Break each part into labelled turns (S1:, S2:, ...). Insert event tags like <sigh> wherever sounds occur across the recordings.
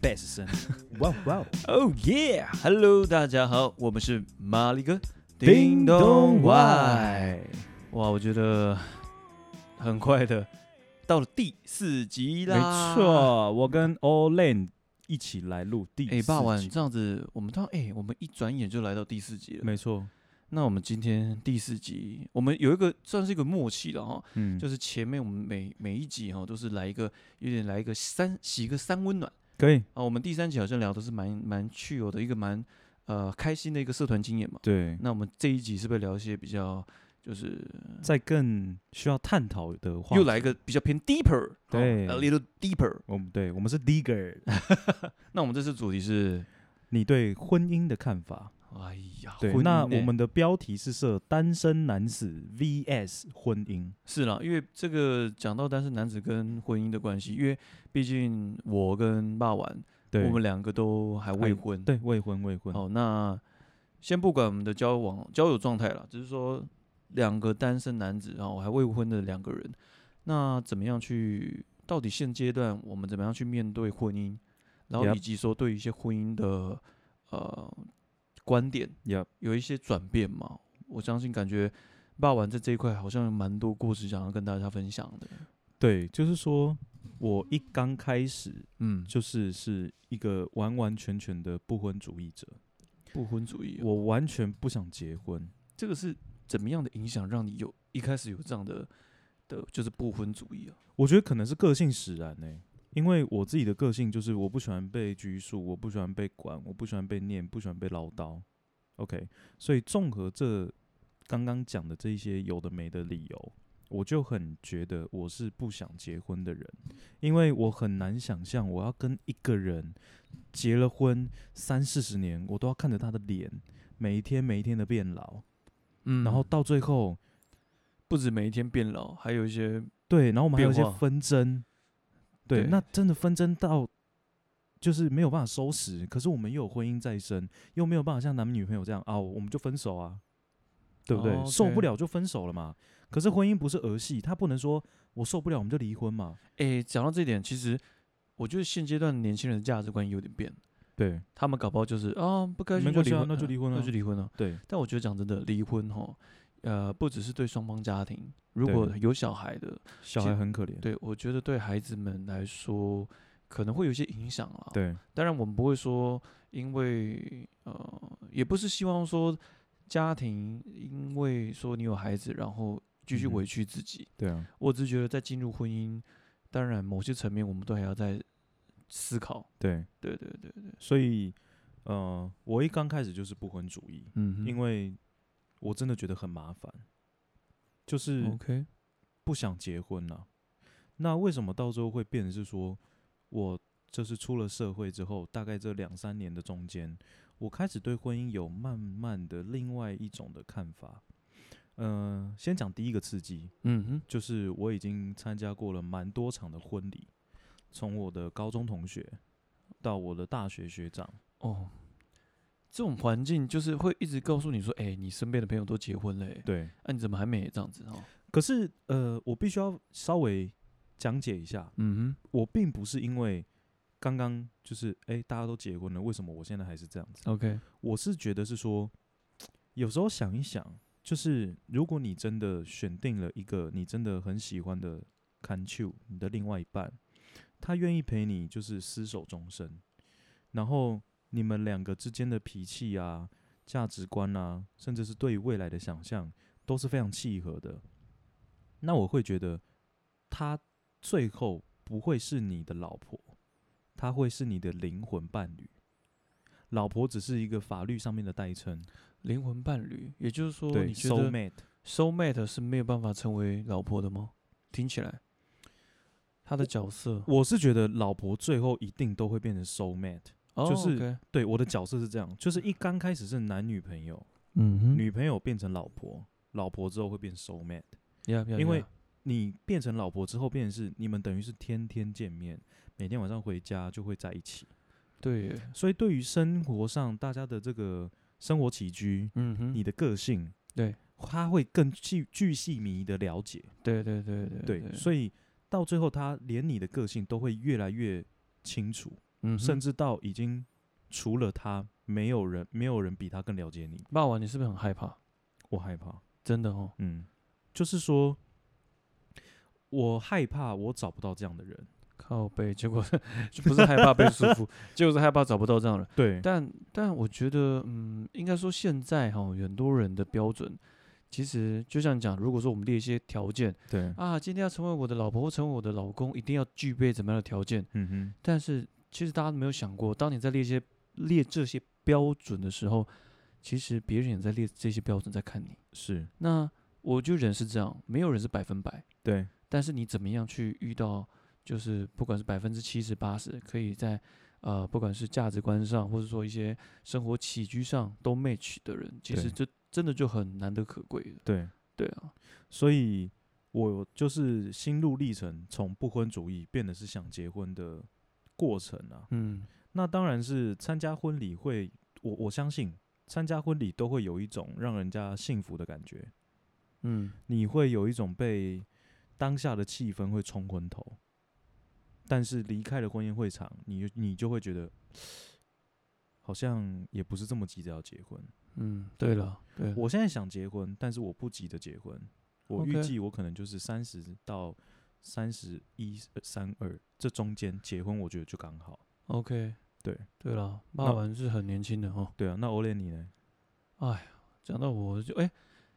S1: bass 声。哇哇，Oh
S2: 哦
S1: yeah，Hello，大家好，我们是马力哥
S2: 叮咚
S1: 外。
S2: 外，
S1: 哇，我觉得很快的到了第四集
S2: 没
S1: 啦。。
S2: 错，我跟 Olen 一起来录第
S1: 哎、
S2: 四
S1: 傍晚
S2: 集
S1: 这样子，我们到哎、我们一转眼就来到第四集了。
S2: 没错，
S1: 那我们今天第四集，我们有一个算是一个默契了哈，
S2: 嗯，
S1: 就是前面我们每每一集哈都是来一个有点来一个三洗一个三温暖。
S2: 可以，
S1: 啊，我们第三集好像聊的是蛮蛮具有的一个蛮呃开心的一个社团经验嘛。
S2: 对，
S1: 那我们这一集是不是聊一些比较就是
S2: 在更需要探讨的话，
S1: 又来一个比较偏 deeper，哦
S2: 对
S1: ，a little deeper。
S2: 我们对我们
S1: <laughs>
S2: 是 Digger，
S1: 那我们这次主题是，
S2: 你对婚姻的看法？
S1: 哎呀，
S2: 对，
S1: 婚
S2: 那
S1: 姻欸
S2: 我们的标题是设单身男子 VS 婚姻，
S1: 是啦，因为这个讲到单身男子跟婚姻的关系，因为毕竟我跟霸晚，
S2: 对，
S1: 我们两个都还未
S2: 还
S1: 婚。
S2: 对未婚未婚，
S1: 哦，那先不管我们的交往交友状态了，只是说两个单身男子，然后还未婚的两个人，那怎么样去？到底现阶段我们怎么样去面对婚姻，然后
S2: Yep
S1: 以及说对一些婚姻的呃观点
S2: Yep
S1: 有一些转变嘛？我相信感觉霸王在这一块好像有蛮多故事想要跟大家分享的。
S2: 对，就是说我一刚开始
S1: 嗯，
S2: 就是是一个完完全全的不婚主义者，
S1: 不婚主义哦、
S2: 我完全不想结婚。
S1: 这个是怎么样的影响让你有一开始有这样的的，就是不婚主义啊？
S2: 我觉得可能是个性使然呢、因为我自己的个性就是我不喜欢被拘束，我不喜欢被管，我不喜欢被念，不喜欢被唠叨。OK，所以综合这刚刚讲的这一些有的没的理由，我就很觉得我是不想结婚的人，因为我很难想象我要跟一个人结了婚三四十年，我都要看着他的脸，每一天每一天的变老，
S1: 嗯
S2: 然后到最后
S1: 不止每一天变老，还有一些
S2: 对，然后我们还有一些
S1: 变化
S2: 纷争，对，
S1: 对
S2: 那真的纷争到就是没有办法收拾，可是我们又有婚姻在身，又没有办法像男女朋友这样啊，我们就分手啊，对不对？
S1: 哦
S2: 受不
S1: ，OK
S2: 了就分手了嘛。可是婚姻不是儿戏，他不能说我受不了我们就离婚嘛。
S1: 诶，讲到这一点，其实我觉得现阶段年轻人的价值观有点变，
S2: 对
S1: 他们搞不好就是啊，不开
S2: 没
S1: 心就
S2: 关
S1: 离
S2: 系啊
S1: 婚，
S2: 那就离婚
S1: 那
S2: 啊
S1: 就离婚了。
S2: 对
S1: 但我觉得讲真的，离婚哈，呃，不只是对双方家庭，如
S2: 对
S1: 果有小孩的，
S2: 小
S1: 其
S2: 孩
S1: 实
S2: 很可怜。
S1: 对我觉得对孩子们来说可能会有一些影响啊。，
S2: 对
S1: 当然我们不会说，因为呃，也不是希望说家庭因为说你有孩子，然后继续
S2: 嗯哼
S1: 委屈自己。
S2: 对啊，
S1: 我只是觉得在进入婚姻，当然某些层面我们都还要在思考。
S2: 对，
S1: 对对对对，
S2: 所以呃，我一刚开始就是不婚主义，
S1: 嗯
S2: 因为我真的觉得很麻烦，就是。
S1: OK，
S2: 不想结婚了、那为什么到最后会变成是说，我就是出了社会之后，大概这两三年的中间，我开始对婚姻有慢慢的另外一种的看法。嗯、先讲第一个刺激，
S1: 嗯哼，
S2: 就是我已经参加过了蛮多场的婚礼，从我的高中同学到我的大学学长，
S1: 哦，这种环境就是会一直告诉你说，哎、你身边的朋友都结婚了、欸，
S2: 对。
S1: 那、你怎么还没这样子哦？
S2: 可是呃，我必须要稍微讲解一下，
S1: 嗯
S2: 我并不是因为刚刚就是诶，大家都结婚了，为什么我现在还是这样子？
S1: 哼，OK，
S2: 我是觉得是说，有时候想一想，就是如果你真的选定了一个你真的很喜欢的 c o n t 你的另外一半，他愿意陪你就是厮守终身，然后你们两个之间的脾气啊、价值观啊，甚至是对于未来的想象，都是非常契合的。那我会觉得，他最后不会是你的老婆，他会是你的灵魂伴侣。老婆只是一个法律上面的代称，
S1: 灵魂伴侣，也就是说，
S2: 对
S1: 你觉得
S2: ，soulmate。
S1: soul mate 是没有办法成为老婆的吗？听起来，他的角色、
S2: 我是觉得老婆最后一定都会变成 soulmate。
S1: 哦
S2: 就是
S1: ，OK
S2: 对，我的角色是这样，就是一刚开始是男女朋友，
S1: 嗯哼，
S2: 女朋友变成老婆，老婆之后会变 soulmate。
S1: 呀，呀
S2: 因为
S1: 呀
S2: 你变成老婆之后，变成是你们等于是天天见面，每天晚上回家就会在一起。
S1: 对耶，
S2: 所以对于生活上大家的这个生活起居，
S1: 嗯哼，
S2: 你的个性，
S1: 对，
S2: 他会更巨巨细迷的了解。
S1: 对对对对
S2: 对，所以到最后，他连你的个性都会越来越清楚。
S1: 嗯哼，
S2: 甚至到已经除了他，没有人没有人比他更了解你。
S1: 霸王，你是不是很害怕？
S2: 我害怕，
S1: 真的哦，
S2: 嗯，就是说，我害怕我找不到这样的人。
S1: 靠背，结果 <laughs> 就不是害怕被束缚，就是害怕找不到这样的人。
S2: 对，
S1: 但但我觉得，嗯，应该说现在哈，很多人的标准，其实就像你讲，如果说我们列一些条件
S2: 对，
S1: 啊，今天要成为我的老婆或成为我的老公，一定要具备怎么样的条件？
S2: 嗯哼，
S1: 但是其实大家都没有想过，当你在列一些列这些标准的时候，其实别人也在列这些标准在看你。
S2: 是
S1: 那我觉得人是这样，没有人是百分百，
S2: 对，
S1: 但是你怎么样去遇到，就是不管是百分之七十、八十，可以在呃，不管是价值观上，或者说一些生活起居上都 match 的人，其实这真的就很难得可贵的。
S2: 对，
S1: 对啊，
S2: 所以我就是心路历程，从不婚主义变得是想结婚的过程啊。
S1: 嗯，
S2: 那当然是参加婚礼会，我我相信参加婚礼都会有一种让人家幸福的感觉，
S1: 嗯，
S2: 你会有一种被当下的气氛会冲昏头。但是离开了婚宴会场，你你就会觉得，好像也不是这么急着要结婚。
S1: 嗯，对了，对，
S2: 我现在想结婚，但是我不急着结婚。我预
S1: OK
S2: 计我可能就是三十到三十一、呃三二这中间结婚，我觉得就刚好。
S1: OK，
S2: 对
S1: 对了，
S2: 那
S1: 骂完是很年轻的哦。
S2: 对啊，那欧烈你呢？
S1: 哎讲到我就哎、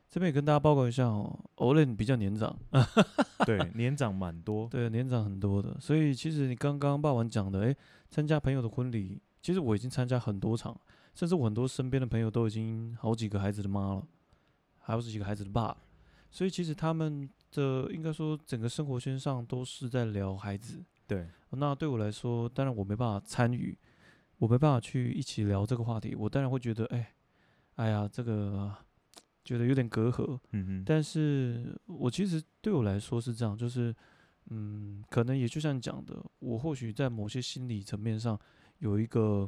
S1: 这边也跟大家报告一下哦，Olen 比较年长， <laughs>
S2: 对，年长蛮多。
S1: 对，年长很多的，所以其实你刚刚霸王讲的，哎、参加朋友的婚礼，其实我已经参加很多场，甚至我很多身边的朋友都已经好几个孩子的妈了，还有几个孩子的爸了，所以其实他们的应该说整个生活圈上都是在聊孩子。哦
S2: 对
S1: 那对我来说，当然我没办法参与，我没办法去一起聊这个话题，我当然会觉得，哎、哎呀，这个觉得有点隔阂。
S2: 嗯哼，
S1: 但是我其实对我来说是这样，就是嗯，可能也就像你讲的，我或许在某些心理层面上有一个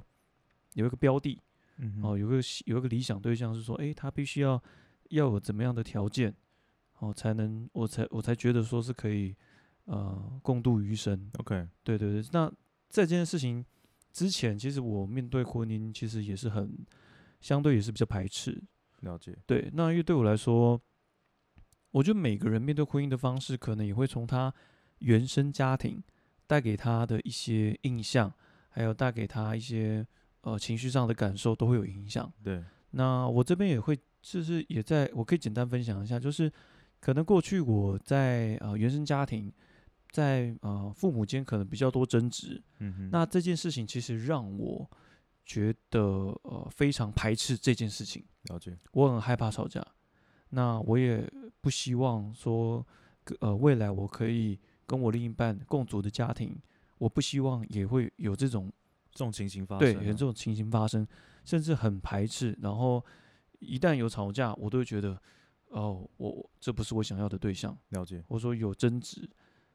S1: 有一个标的
S2: 嗯哼，
S1: 哦、有一个希有一个理想对象是说，诶，他必须要要有怎么样的条件哦、才能我才我才觉得说是可以呃共度余生。
S2: OK，
S1: 对对对，那在这件事情之前，其实我面对婚姻其实也是很相对也是比较排斥，
S2: 了解。
S1: 对，那因为对我来说，我觉得每个人面对婚姻的方式，可能也会从他原生家庭带给他的一些印象，还有带给他一些呃情绪上的感受，都会有影响。
S2: 对，
S1: 那我这边也会，就是也在我可以简单分享一下，就是可能过去我在呃原生家庭，在呃父母间可能比较多争执，
S2: 嗯哼，
S1: 那这件事情其实让我觉得呃非常排斥这件事情。
S2: 了解。
S1: 我很害怕吵架，那我也不希望说，呃，未来我可以跟我另一半共组的家庭，我不希望也会有这种
S2: 这种情形发
S1: 对
S2: 生、
S1: 有
S2: 啊，
S1: 这种情形发生，甚至很排斥。然后一旦有吵架，我都会觉得，哦，我我这不是我想要的对象，
S2: 了解。
S1: 或者说有争执，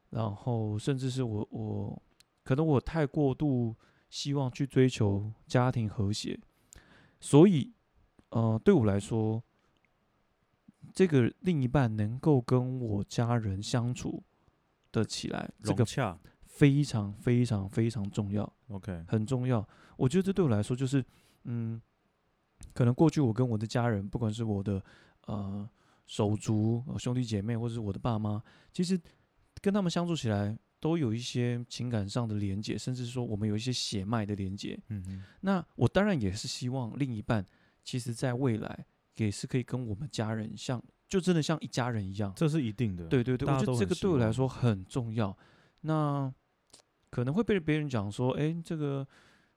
S1: 然后甚至是我我可能我太过度希望去追求家庭和谐，所以呃对我来说，这个另一半能够跟我家人相处的起来，这
S2: 融
S1: 个
S2: 洽
S1: 非常非常非常重要，
S2: ，OK，
S1: 很重要。我觉得这对我来说就是嗯，可能过去我跟我的家人，不管是我的呃手足、呃兄弟姐妹，或者是我的爸妈，其实跟他们相处起来都有一些情感上的连接，甚至说我们有一些血脉的连接。
S2: 嗯哼，
S1: 那我当然也是希望另一半，其实在未来也是可以跟我们家人像，就真的像一家人一样。
S2: 这是一定的。
S1: 对对对，
S2: 大
S1: 我
S2: 家
S1: 觉
S2: 都
S1: 得这
S2: 很
S1: 个
S2: 希
S1: 对我来
S2: 望
S1: 说很重要。那可能会被别人讲说，哎，这个，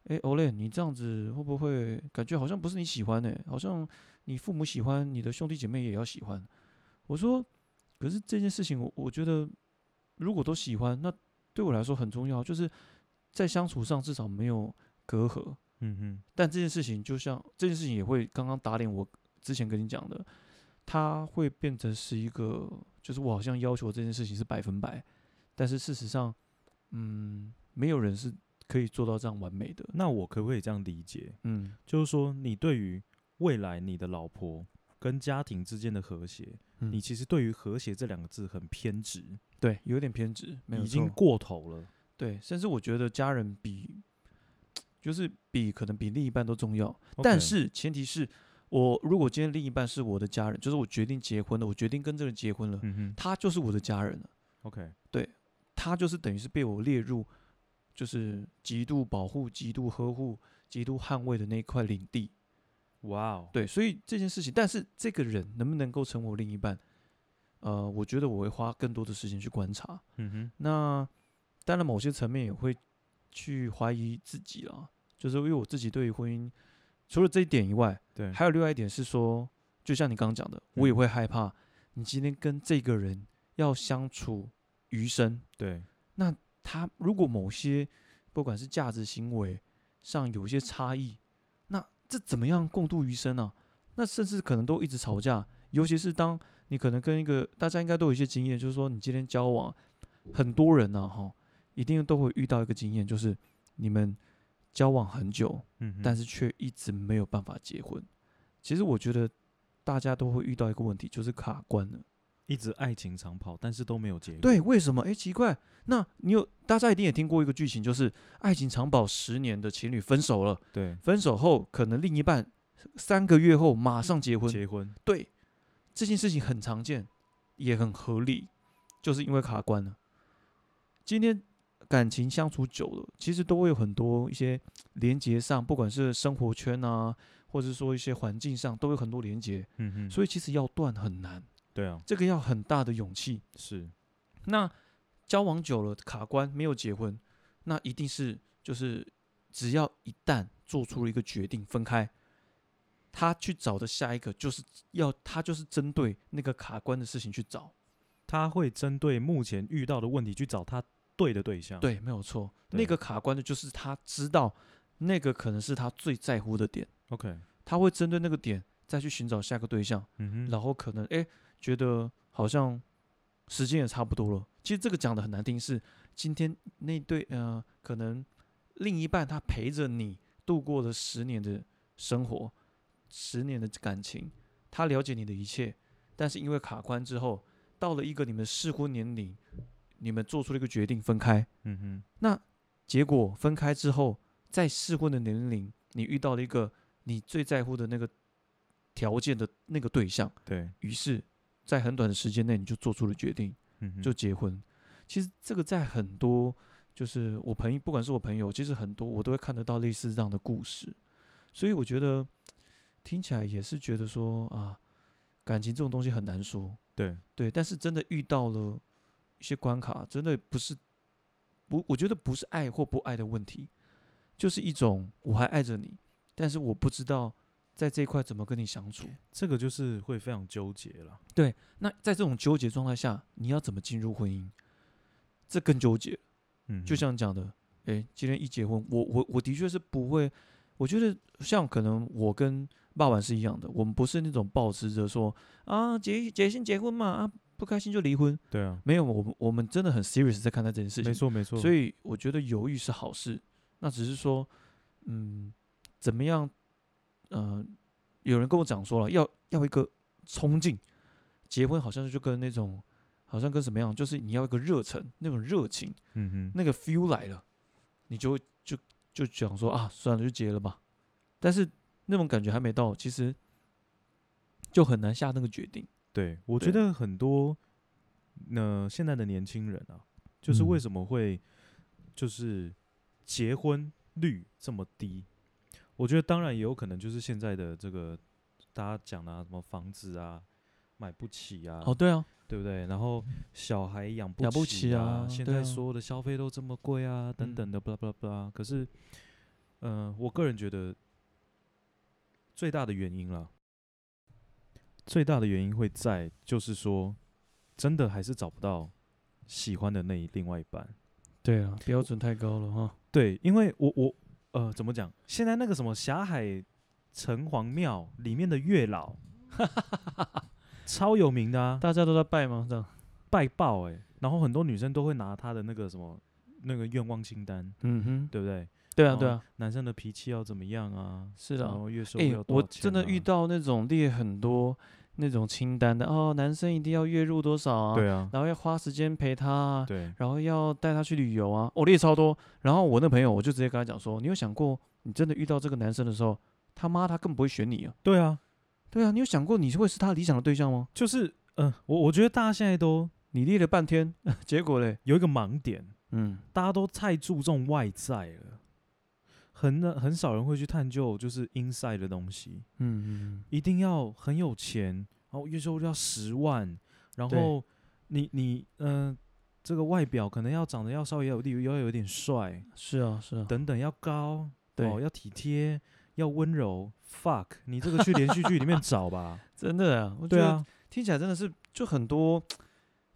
S1: 哎，Olay，你这样子会不会感觉好像不是你喜欢呢、欸好像你父母喜欢，你的兄弟姐妹也要喜欢。我说，可是这件事情我，我觉得如果都喜欢，那对我来说很重要，就是在相处上至少没有隔阂。
S2: 嗯哼，
S1: 但这件事情就像这件事情也会刚刚打脸我之前跟你讲的，它会变成是一个，就是我好像要求这件事情是百分百，但是事实上，嗯，没有人是可以做到这样完美的。
S2: 那我可不可以这样理解？
S1: 嗯
S2: 就是说，你对于未来你的老婆跟家庭之间的和谐，
S1: 嗯
S2: 你其实对于和谐这两个字很偏执，
S1: 对，有点偏执，没有
S2: 已经
S1: 错
S2: 过头了。
S1: 对，甚至我觉得家人比就是比可能比另一半都重要。但
S2: OK，
S1: 是前提是我如果今天另一半是我的家人，就是我决定结婚了，我决定跟这个人结婚了，
S2: 嗯哼
S1: 他就是我的家人了，
S2: ，OK，
S1: 他就是等于是被我列入就是极度保护、极度呵护、极度捍卫的那一块领地。
S2: 哇哦，
S1: 对，所以这件事情，但是这个人能不能够成为我另一半，呃，我觉得我会花更多的时间去观察。
S2: 嗯哼，
S1: 那当然，某些层面也会去怀疑自己啦，就是因为我自己对于婚姻，除了这一点以外，
S2: 对，
S1: 还有另外一点是说，就像你刚刚讲的，我也会害怕你今天跟这个人要相处余生，
S2: 对，
S1: 他如果某些呃不管是价值行为上有一些差异，那这怎么样共度余生啊？那甚至可能都一直吵架，尤其是当你可能跟一个大家应该都有一些经验，就是说你今天交往很多人呢、啊，哈，一定都会遇到一个经验，就是你们交往很久，
S2: 嗯哼，
S1: 但是却一直没有办法结婚。其实我觉得大家都会遇到一个问题，就是卡关了。
S2: 一直爱情长跑，但是都没有结果，
S1: 对，为什么？诶，奇怪。那你有大家一定也听过一个剧情，就是爱情长跑十年的情侣分手了，
S2: 对，
S1: 分手后可能另一半三个月后马上结婚。
S2: 结婚，
S1: 对，这件事情很常见，也很合理，就是因为卡关了。今天感情相处久了，其实都会有很多一些连接上，不管是生活圈啊，或者是说一些环境上，都有很多连接，
S2: 嗯哼，
S1: 所以其实要断很难，
S2: 对啊，
S1: 这个要很大的勇气。
S2: 是，
S1: 那交往久了卡关没有结婚，那一定是就是只要一旦做出了一个决定分开，他去找的下一个就是要他就是针对那个卡关的事情去找，
S2: 他会针对目前遇到的问题去找他对的对象，，
S1: 对，没有错，
S2: 对
S1: 那个卡关的就是他知道那个可能是他最在乎的点，
S2: ，OK，
S1: 他会针对那个点再去寻找下个对象，
S2: 嗯哼，
S1: 然后可能哎、诶觉得好像时间也差不多了。其实这个讲的很难听，是今天那对呃，可能另一半他陪着你度过了十年的生活，十年的感情，他了解你的一切，但是因为卡关之后，到了一个你们适婚年龄，你们做出了一个决定分开，
S2: 嗯哼，
S1: 结果分开之后，在适婚的年龄，你遇到了一个你最在乎的那个条件的那个对象。
S2: 对，
S1: 于是，在很短的时间内，你就做出了决定，
S2: 嗯哼，
S1: 就结婚。其实这个在很多，就是我朋友，不管是我朋友，其实很多我都会看得到类似这样的故事。所以我觉得听起来也是觉得说啊，感情这种东西很难说，
S2: 对，
S1: 对。但是真的遇到了一些关卡，真的不是不，我觉得不是爱或不爱的问题，就是一种我还爱着你，但是我不知道在这一块怎么跟你相处。
S2: 这个就是会非常纠结了，
S1: 那在这种纠结状态下，你要怎么进入婚姻？这更纠结。
S2: 嗯哼，
S1: 就像你讲的，诶、今天一结婚，我我我的确是不会，我觉得像可能我跟爸爸是一样的，我们不是那种抱持着说啊结结先结婚嘛，啊不开心就离婚，
S2: 对啊，
S1: 没有，我们我们真的很 serious 在看待这件事情
S2: 没。错没错，
S1: 所
S2: 以
S1: 以我觉得犹豫是好事，那只是说，嗯，怎么样？呃，有人跟我讲说了，要要一个冲劲，结婚好像就跟那种，好像跟什么样，就是你要一个热忱，那种热情，
S2: 嗯哼，
S1: 那个 feel 来了，你就会就就讲说啊，算了，就结了吧。但是那种感觉还没到，其实就很难下那个决定。
S2: 对，我觉
S1: 对
S2: 得很多，呃，现在的年轻人啊，就是为
S1: 嗯
S2: 什么会就是结婚率这么低？我觉得当然也有可能就是现在的这个大家讲的、啊、什么房子啊买不起啊，
S1: 哦，对啊，
S2: 对不对？然后小孩养
S1: 嗯养不
S2: 起
S1: 起
S2: 啊，
S1: 啊
S2: 现
S1: 对
S2: 在
S1: 啊
S2: 所有的消费都这么贵啊，等
S1: 嗯
S2: 等的，巴拉巴拉巴拉。可是，嗯、我个人觉得最大的原因啦，最大的原因会在就是说，真的还是找不到喜欢的那一另外一半。
S1: 对啊，标准太高了哈。
S2: 对，因为我我呃怎么讲？现在那个什么霞海城隍庙里面的
S1: <laughs>
S2: 月老，超有名的啊，
S1: 大家都在拜吗？这样？
S2: 拜爆哎、然后很多女生都会拿她的那个什么那个愿望清单，
S1: 嗯哼，
S2: 对不对？
S1: 对啊，
S2: 然后
S1: 对啊，
S2: 男生的脾气要怎么样啊？
S1: 是的
S2: 然。后月收入
S1: 哎、
S2: 要多
S1: 我
S2: 少钱啊、
S1: 真的遇到那种列很多那种清单的哦，男生一定要月入多少啊，
S2: 对啊，
S1: 然后要花时间陪他啊，
S2: 对，
S1: 哦然后要带他去旅游啊，我、列超多。然后我那朋友我就直接跟他讲说，你有想过你真的遇到这个男生的时候，他妈他根本不会选你啊！
S2: 对啊，
S1: 对啊，你有想过你是会是他理想的对象吗？ <laughs>
S2: 就是嗯、呃我我觉得大家现在都
S1: 你列了半天，结果嘞，
S2: 有一个盲点，
S1: 嗯，
S2: 大家都太注重外在了，很很少人会去探究就是 inside 的东西，
S1: 嗯
S2: 一定要很有钱，然后月收入要十万，然
S1: 对
S2: 后你你嗯、呃这个外表可能要长得要稍微有力，要有点帅，
S1: 嗯，是啊是啊，
S2: 等等要高，
S1: 对，
S2: 哦，要体贴，要温柔。fuck，你这个去连续剧里面找吧。
S1: 真的啊， <laughs> 我觉
S2: 对
S1: 得
S2: 啊，
S1: 听起来真的是就很多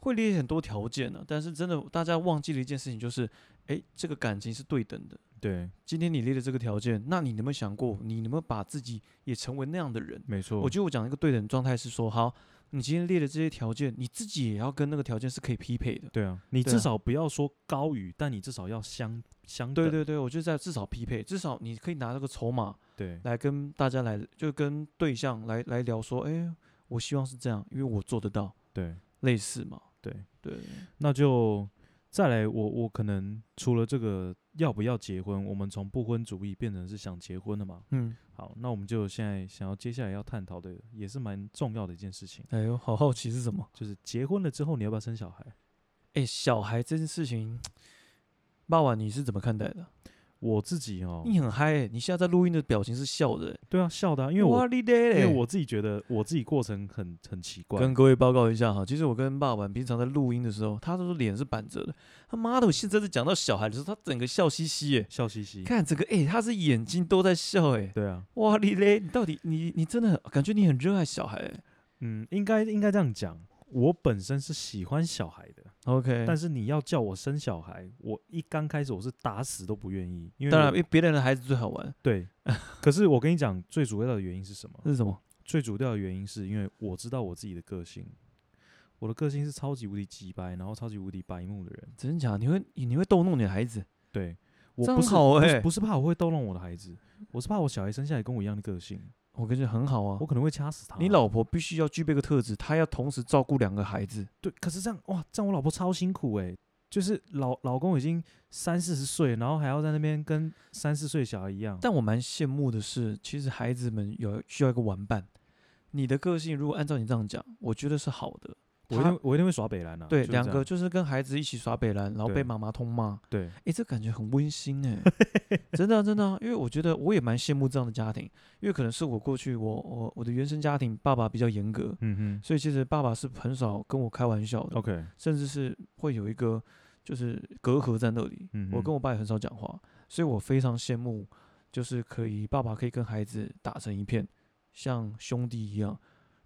S1: 会列很多条件呢、但是真的大家忘记了一件事情，就是诶，这个感情是对等的。
S2: 对，
S1: 今天你列的这个条件，那你有没有想过，你有没有把自己也成为那样的人？
S2: 没错。
S1: 我觉得我讲一个对等状态是说，好，你今天列的这些条件，你自己也要跟那个条件是可以匹配的。
S2: 对啊，你
S1: 对
S2: 至
S1: 啊
S2: 少不要说高于，但你至少要相相
S1: 对
S2: 等
S1: 对对，我觉得在至少匹配，至少你可以拿这个筹码
S2: 对
S1: 来跟大家来，就跟对象来来聊说，诶，我希望是这样，因为我做得到，
S2: 对
S1: 类似嘛。
S2: 对，
S1: 对，
S2: 那就再来我，我可能除了这个要不要结婚，我们从不婚主义变成是想结婚了嘛？
S1: 嗯，
S2: 好，那我们就现在想要接下来要探讨的，也是蛮重要的一件事情，
S1: 哎呦，好好奇是什么？
S2: 就是结婚了之后你要不要生小孩？
S1: 哎、小孩这件事情，爸爸你是怎么看待的？
S2: 我自己哦，
S1: 你很嗨、欸，你现在在录音的表情是笑的欸、
S2: 对啊，笑的啊、因为
S1: 哇
S2: 我
S1: 哩咧
S2: 因
S1: 嘞
S2: 为我自己觉得我自己过程很很奇
S1: <laughs>
S2: 怪，
S1: 跟各位报告一下哈，其实我跟爸爸平常在录音的时候，他都是脸是板着的。他妈的，我现在在讲到小孩的时候，他整个笑嘻嘻、欸，
S2: 笑嘻嘻。
S1: 看整个哎、欸他是眼睛都在笑、欸，哎，
S2: 对啊，
S1: 哇哩咧，你到底你你真的很感觉你很热爱小孩、欸、
S2: 嗯，应该应该这样讲，我本身是喜欢小孩的，
S1: ，OK，
S2: 但是你要叫我生小孩，我一刚开始我是打死都不愿意，因为
S1: 当然，
S2: 我
S1: 因为别人的孩子最好玩
S2: 对。可是我跟你讲，最主要的原因是什么？
S1: 是什么？
S2: 最主要的原因是因为我知道我自己的个性，我的个性是超级无敌鸡掰，然后超级无敌白目的人。
S1: 真假？你会你会逗弄你的孩子？
S2: 对，我
S1: 这
S2: 不
S1: 样
S2: 是
S1: 好
S2: 不
S1: 欸
S2: 是不是怕我会逗弄我的孩子，我是怕我小孩生下来跟我一样的个性，
S1: 我感觉很好啊
S2: 我。可能会掐死他。
S1: 你老婆必须要具备个特质，她要同时照顾两个孩子。
S2: 对，可是这样哇，这样我老婆超辛苦哎、就是老老公已经三四十岁，然后还要在那边跟三四岁小孩一样。
S1: 但我蛮羡慕的是，其实孩子们有需要一个玩伴。你的个性如果按照你这样讲，我觉得是好的。
S2: 我一
S1: 他
S2: 定我一定会耍北兰啊。
S1: 对，
S2: 就是
S1: 两
S2: 这
S1: 个
S2: 样
S1: 就是跟孩子一起耍北兰，然后被
S2: 对
S1: 妈妈痛骂，
S2: 对
S1: 诶，这感觉很温馨
S2: <laughs>
S1: 诶，真的啊、真的啊、因为我觉得我也蛮羡慕这样的家庭，因为可能是我过去我我我的原生家庭爸爸比较严格，
S2: 嗯
S1: 所以其实爸爸是很少跟我开玩笑
S2: 哼
S1: 的，
S2: ，OK，
S1: 甚至是会有一个就是隔阂在那里。
S2: 嗯哼，
S1: 我跟我爸也很少讲话，所以我非常羡慕，就是可以爸爸可以跟孩子打成一片，像兄弟一样，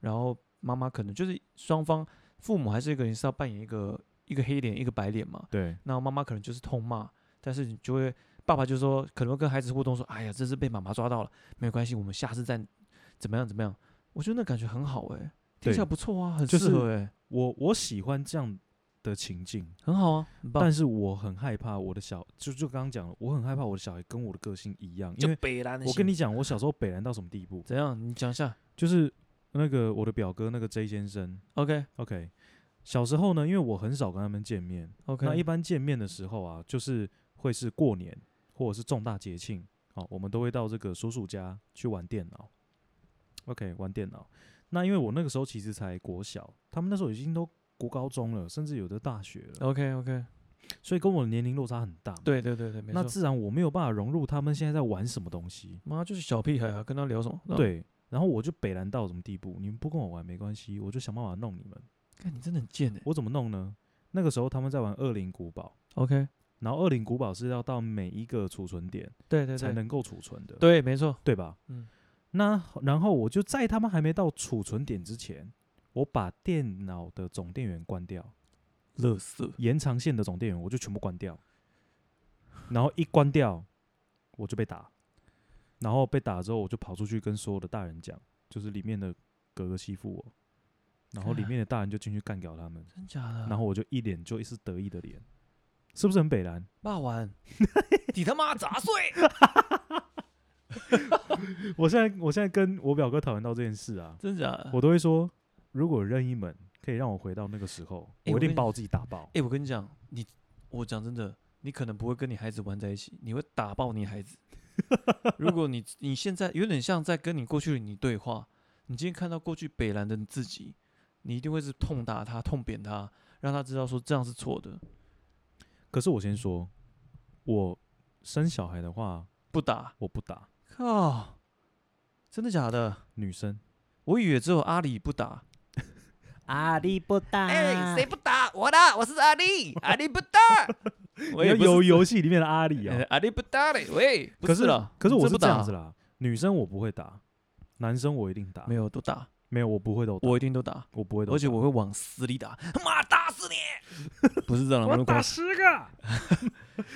S1: 然后妈妈可能就是双方父母还是一个人是要扮演一个一个黑脸一个白脸嘛，
S2: 对
S1: 那妈妈可能就是痛骂，但是你就会爸爸就说可能会跟孩子互动说，哎呀，这次被妈妈抓到了，没关系，我们下次再怎么样怎么样，我觉得那感觉很好哎、听起来
S2: 对
S1: 不错啊，很
S2: 就
S1: 适
S2: 是
S1: 合哎、
S2: 我我喜欢这样的情境，
S1: 很好啊，很棒
S2: 但。是我很害怕我的小，就就刚刚讲了，我很害怕我的小孩跟我的个性一样，因为
S1: 嗯北兰
S2: 我跟你讲，我小时候北兰到什么地步，
S1: 怎样，你讲一下
S2: 就是那个我的表哥那个 J 先生
S1: ，OK
S2: ，OK，小时候呢，因为我很少跟他们见面，
S1: OK，
S2: 那一般见面的时候啊，就是会是过年或者是重大节庆，哦，我们都会到这个叔叔家去玩电脑。OK，玩电脑。那因为我那个时候其实才国小，他们那时候已经都国高中了，甚至有的大学了，
S1: OK OK，
S2: 所以跟我的年龄落差很大嘛。
S1: 对对对对，没
S2: 那
S1: 错。
S2: 自然我没有办法融入他们现在在玩什么东西。
S1: 妈就是小屁孩啊，跟他聊什么？是吧，
S2: 对，然后我就北兰到什么地步，你们不跟我玩没关系，我就想办法弄你们。
S1: 看你真的很贱哎、
S2: 我怎么弄呢？那个时候他们在玩《恶灵古堡》，
S1: OK，
S2: 然后《恶灵古堡》是要到每一个储存点
S1: 对对
S2: 才
S1: 对，
S2: 能够储存的，
S1: 对，没错。
S2: 对吧？
S1: 嗯，
S2: 那然后我就在他们还没到储存点之前，我把电脑的总电源关掉，
S1: 乐色，
S2: 延长线的总电源我就全部关掉，然后一关掉我就被打，然后被打之后我就跑出去跟所有的大人讲，就是里面的哥哥欺负我，然后里面的大人就进去干掉他们，
S1: 真假的？
S2: 然后我就一脸就一是得意的脸，是不是很北蓝？
S1: 骂 <laughs> 完，你他妈杂碎！
S2: <laughs> 我现在我现在跟我表哥讨论到这件事啊，
S1: 真假的？
S2: 我都会说，如果任意门可以让我回到那个时候，
S1: 诶
S2: 我
S1: 我跟
S2: 一定
S1: 你
S2: 把我自己打爆。
S1: 哎、我跟你讲，你，我讲真的，你可能不会跟你孩子玩在一起，你会打爆你孩子。如果你你现在有点像在跟你过去的你对话，你今天看到过去北兰的你自己，你一定会是痛打他、痛扁他，让他知道说这样是错的，
S2: 可是我先说，我生小孩的话，
S1: 不打。
S2: 我不打
S1: 靠，真的假的？
S2: 女生。
S1: 我以为只有阿里不
S2: <laughs>
S1: 打，
S2: 阿力不打
S1: 哎不打？我打，我是阿
S2: <laughs>
S1: 里，阿里不打。我也不是
S2: 有游戏里面的阿力啊、
S1: 哎 <laughs> 阿里不打嘞，喂，不
S2: 可
S1: 是了，
S2: 可是
S1: 你
S2: 我
S1: 不
S2: 是这
S1: 打
S2: 样子，啦，女生我不会打，男生我一定打。
S1: 没有都打，
S2: 没有，我不会都打，
S1: 我一定都打，
S2: 我不会都
S1: 而且
S2: 打
S1: 我会往死里打， <laughs> 他妈打死你！
S2: <laughs>
S1: 不是这样的，我
S2: 十个，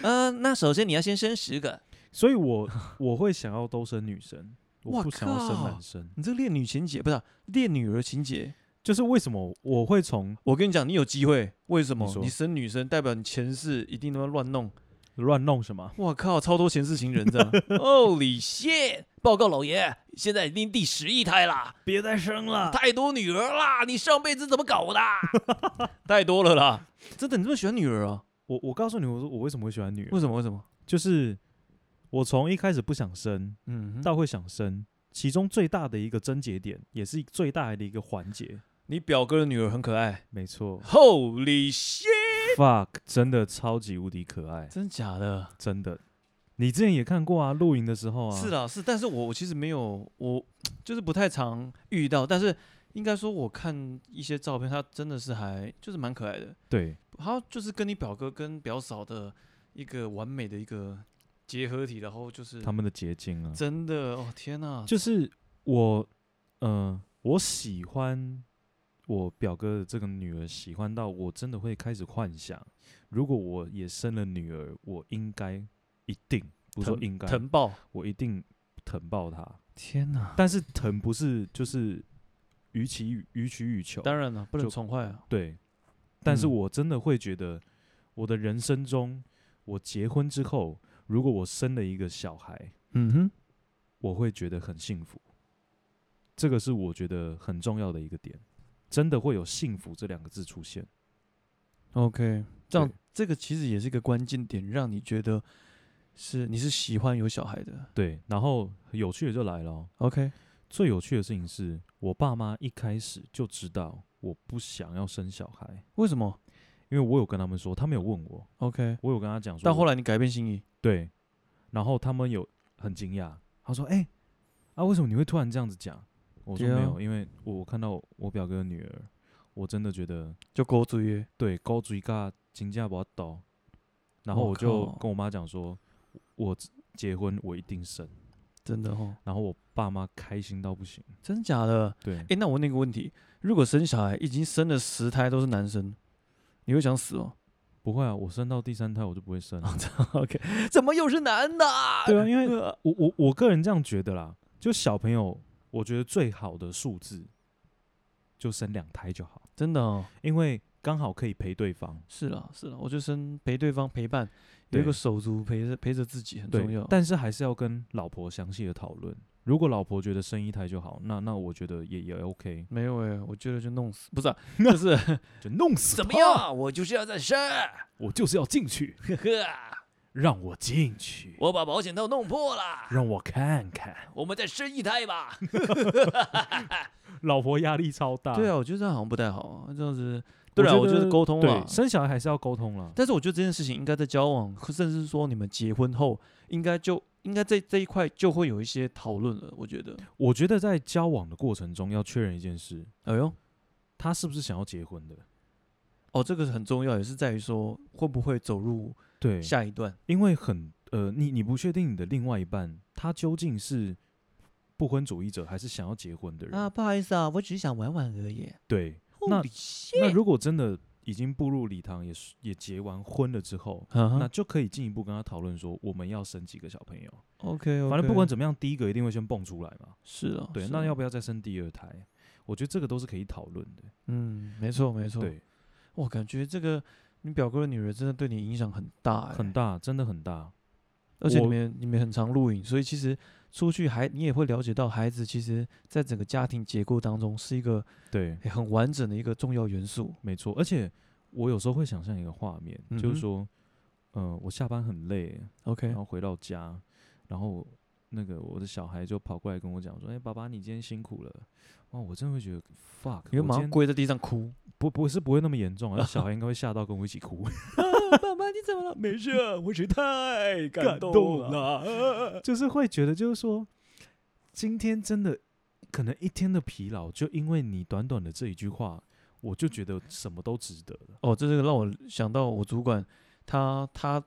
S1: 呃，那首先你要先生十个，
S2: 所以我我会想要都生女生，我
S1: 哇
S2: 不想要生
S1: 靠
S2: 男生。
S1: 你这恋女情节不是啊恋、女儿情节？
S2: 就是为什么我会从
S1: 我跟你讲，你有机会，为什么
S2: 你？说
S1: 你生女生代表你前世一定他妈乱弄，
S2: 乱弄什么？
S1: 我靠，超多前世情人的。Holy
S2: <laughs>
S1: shit！报告老爷，现在已经第十一胎啦，
S2: 别再生了，
S1: 太多女儿啦，你上辈子怎么搞 <laughs> 的？太多了啦，真的，你这么喜欢女儿啊？
S2: 我我告诉你，我说我为什么会喜欢女人，
S1: 为什么？为什么？
S2: 就是我从一开始不想生
S1: 嗯，
S2: 到会想生，其中最大的一个症结点，也是最大的一个环节。
S1: 你表哥的女儿很可爱。
S2: 没错
S1: Holy shit！
S2: ，fuck，真的超级无敌可爱，
S1: 真假的？
S2: 真的。你之前也看过啊，露营的时候啊，
S1: 是啦，是，但是我我其实没有，我就是不太常遇到，但是应该说，我看一些照片，她真的是还就是蛮可爱的，
S2: 对，
S1: 她就是跟你表哥跟表嫂的一个完美的一个结合体，然后就是
S2: 他们的结晶啊，
S1: 真的哦，天哪、
S2: 就是我，呃，我喜欢我表哥的这个女儿，喜欢到我真的会开始幻想，如果我也生了女儿，我应该一定不是说
S1: 疼
S2: 应该，
S1: 疼爆，
S2: 我一定疼爆她。
S1: 天哪、
S2: 但是疼不是就是予取予予取予求，
S1: 当然了，不能
S2: 就
S1: 宠坏啊，
S2: 对。但是
S1: 嗯
S2: 我真的会觉得，我的人生中，我结婚之后，如果我生了一个小孩，
S1: 嗯哼，
S2: 我会觉得很幸福。这个是我觉得很重要的一个点，真的会有幸福这两个字出现。
S1: OK，这样
S2: 对
S1: 这个其实也是一个关键点，让你觉得是你是喜欢有小孩的。
S2: 对，然后有趣的就来了哦、
S1: OK，
S2: 最有趣的事情是我爸妈一开始就知道我不想要生小孩，
S1: 为什么
S2: 因为我有跟他们说，他们有问我，
S1: ？OK，
S2: 我有跟他讲说，
S1: 但后
S2: 来
S1: 来你改变心意，
S2: 对，然后他们有很惊讶，他说：“哎、啊，为什么你会突然这样子讲？”我说：“
S1: 对啊
S2: 没有，因为我看到我表哥的女儿，我真的觉得
S1: 就勾住约。
S2: 对，高追噶金价不倒，然后
S1: 我
S2: 我就
S1: 靠
S2: 跟我妈讲说，我只结婚我一定生，
S1: 真的哦，
S2: 然后我爸妈开心到不行，
S1: 真假的？
S2: 对，
S1: 诶，那我问你一个问题：如果生小孩已经生了十胎都是男生，你会想死哦 <laughs>
S2: 不会啊，我生到第三胎我就不会生了，
S1: ？OK，怎么又是男的？
S2: 对啊，因为
S1: 呃
S2: 我我我个人这样觉得啦，就小朋友，我觉得最好的数字就生两胎就好，
S1: 真的哦，
S2: 因为刚好可以陪对方，
S1: 是啦是啦，我就生陪对方陪伴，有一个
S2: 对
S1: 手足陪着陪着自己很重
S2: 对
S1: 要，。
S2: 但是还是要跟老婆详细的讨论，如果老婆觉得生一胎就好，那那我觉得也也 OK，
S1: 没有诶，我觉得就弄死，不是、啊， <laughs> 就是
S2: 就弄死
S1: 怎么
S2: 他
S1: 样？哦我就是要再生，
S2: 我就是要进去，
S1: 呵呵，
S2: 让我进去，
S1: 我把保险套弄破了，
S2: 让我看看。
S1: 我们再生一胎吧。
S2: 老婆压力超大，
S1: 对
S2: 啊，
S1: 啊，我觉得这样好像不太好啊，这样子。对啊，我觉得沟通
S2: 对
S1: 啦，
S2: 生小孩还是要沟通了。
S1: 但是我觉得这件事情应该在交往，甚至是说你们结婚后，应该就应该在这一块就会有一些讨论了。我觉得，
S2: 我觉得在交往的过程中要确认一件事，
S1: 哎呦，
S2: 他是不是想要结婚的？
S1: 哦，这个很重要，也是在于说会不会走入
S2: 对，
S1: 下一段。
S2: 因为很呃，你你不确定你的另外一半他究竟是不婚主义者还是想要结婚的人。，
S1: 不好意思啊，我只是想玩玩而已。
S2: 对，那
S1: 那
S2: 那如果真的已经步入礼堂，也是也结完婚了之后，那
S1: 那
S2: 就可以进一步跟他讨论说我们要生几个小朋友。
S1: OK，, o
S2: 反正不管怎么样，第一个一定会先蹦出来嘛。
S1: 是了，
S2: 对，
S1: 是哦啊
S2: 那
S1: 了
S2: 要不要再生第二胎？我觉得这个都是可以讨论的。
S1: 嗯，没错没错。，
S2: 对，
S1: 我感觉这个你表哥的女儿真的对你影响很大、
S2: 很，大，真的很大。
S1: 而且你
S2: 我
S1: 们你们很常录影，所以其实出去还你也会了解到孩子其实在整个家庭结构当中是一个。
S2: 对，
S1: 欸很完整的一个重要元素。
S2: 没错。而且我有时候会想象一个画面，就
S1: 嗯哼哎
S2: 是说，呃，我下班很累，
S1: OK，
S2: 然后回到家，然后我那个我的小孩就跑过来跟我讲说：“哎、爸爸，你今天辛苦了。”哇，我真的会觉得 fuck，
S1: 你会
S2: 我
S1: 马上
S2: 今天
S1: 跪在地上哭，
S2: 不不是不会那么严
S1: <laughs>
S2: 重啊，小孩应该会吓到跟我一起哭。
S1: 爸爸你怎么了？没事啊，我是太
S2: 感动
S1: 了。
S2: 就是会觉得，就是说，今天真的可能一天的疲劳，就因为你短短的这一句话，我就觉得什么都值得了。
S1: 哦，这是让我想到我主管，他他